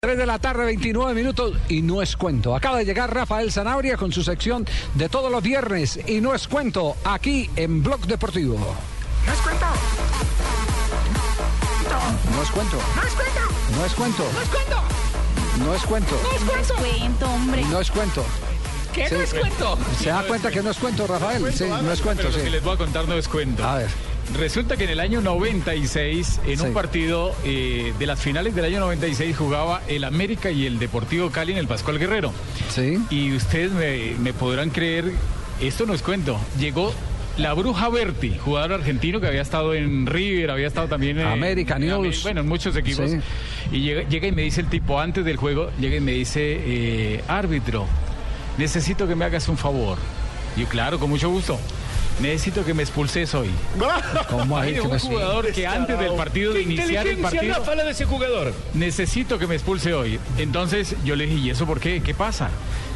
3 de la tarde, 29 minutos y no es cuento. Acaba de llegar Rafael Zanabria con su sección de todos los viernes y no es cuento aquí en Blog Deportivo. No es cuento. No es cuento, No es cuento. no es cuento, No es cuento. no es cuento, No es cuento. cuento, hombre. no es cuento. ¿Qué Sí. no es cuento? ¿Se da cuenta que no es cuento, Rafael? Sí, no es cuento, Pero lo sí. que les voy a contar no es cuento. A ver. Resulta que en el año 96, en Sí. un partido eh, de las finales del año 96, jugaba el América y el Deportivo Cali en el Pascual Guerrero. Sí. Y ustedes me, me podrán creer, esto no es cuento. Llegó la Bruja Berti, jugador argentino que había estado en River, había estado también en América, en News. Ameri- Bueno, en muchos equipos. Sí. Y llega, llega y me dice el tipo antes del juego, llega y me dice, eh, árbitro, necesito que me hagas un favor. Y yo, claro, con mucho gusto. Necesito que me expulses hoy. ¿Cómo ahí? Hay ¿Qué un pasó? jugador que antes del partido, de iniciar el partido, fala de ese jugador. necesito que me expulse hoy. Entonces yo le dije, ¿y eso por qué? ¿Qué pasa?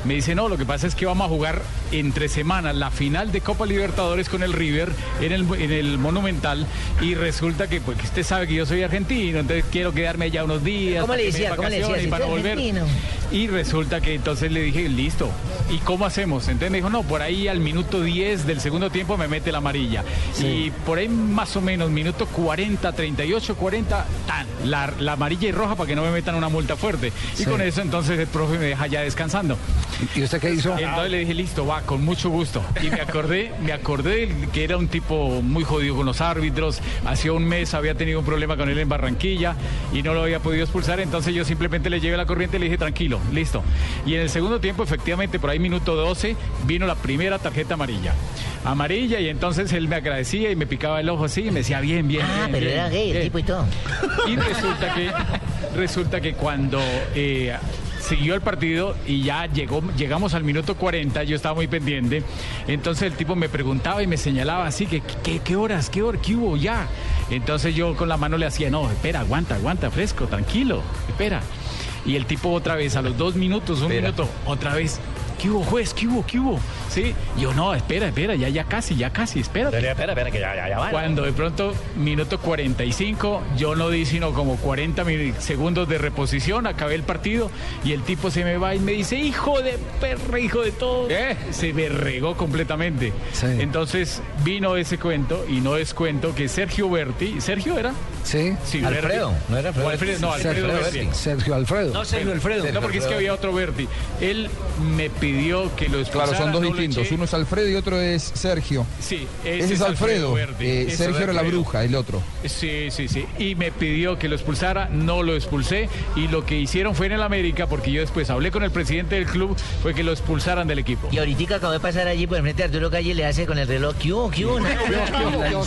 Me dice, no, lo que pasa es que vamos a jugar entre semanas la final de Copa Libertadores con el River en el, en el Monumental y resulta que, pues, que usted sabe que yo soy argentino, entonces quiero quedarme allá unos días. ¿Cómo para le que me decía? den ¿Cómo le decía? vacaciones Si y para usted es volver. argentino. Y resulta que entonces le dije, listo, ¿y cómo hacemos? Entonces me dijo, no, por ahí al minuto 10 del segundo tiempo me mete la amarilla. Y por ahí más o menos, minuto 40, 38, 40, tan, la, la amarilla y roja para que no me metan una multa fuerte. Y Sí. con eso entonces el profe me deja ya descansando. ¿Y usted qué hizo? Entonces le dije, listo, va, con mucho gusto. Y me acordé, me acordé que era un tipo muy jodido con los árbitros. Hacía un mes había tenido un problema con él en Barranquilla y no lo había podido expulsar. Entonces yo simplemente le llevé la corriente y le dije, tranquilo, listo. Y en el segundo tiempo, efectivamente, por ahí minuto 12, vino la primera tarjeta amarilla. Amarilla, y entonces él me agradecía y me picaba el ojo así y me decía, bien, bien. Ah, bien, pero bien, Eh, era gay el bien". tipo y todo. Y resulta que, resulta que cuando eh, siguió el partido y ya llegó, llegamos al minuto 40, yo estaba muy pendiente, entonces el tipo me preguntaba y me señalaba así, que qué, qué horas, qué hora, qué hubo ya? Entonces yo con la mano le hacía, no, espera, aguanta, aguanta, fresco, tranquilo, espera. Y el tipo otra vez, a los dos minutos, un minuto, otra vez. ¿Qué hubo, juez? ¿Qué hubo? ¿Qué hubo? Sí. Yo, no, espera, espera, ya, ya casi, ya casi, espérate. Espera, espera, que ya, ya, ya va. Cuando de pronto, minuto 45, yo no di sino como 40 mil segundos de reposición, acabé el partido y el tipo se me va y me dice, hijo de perra, hijo de todo. Se me regó completamente. Sí. Entonces vino ese cuento y no es cuento que Sergio Berti, ¿Sergio era? Sí. Sí, Alfredo, Berti. no era Alfredo O Alfredo, no, Alfredo Sergio, Berti. Sergio Alfredo. Sergio Alfredo. No, porque es que había otro Berti. Él me pidió que lo expulsara. Claro, son dos no lo distintos. eché. Uno es Alfredo y otro es Sergio. Sí, ese, Ese, es Alfredo. Berti. Eh, Ese es Sergio era la Alfredo. bruja, el otro. Sí, sí, sí. Y me pidió que lo expulsara, no lo expulsé. Y lo que hicieron fue en el América, porque yo después hablé con el presidente del club, fue que lo expulsaran del equipo. Y ahorita acabo de pasar allí por el frente de Arturo Calle y le hace con el reloj. ¿Qué hubo? ¿Qué hubo?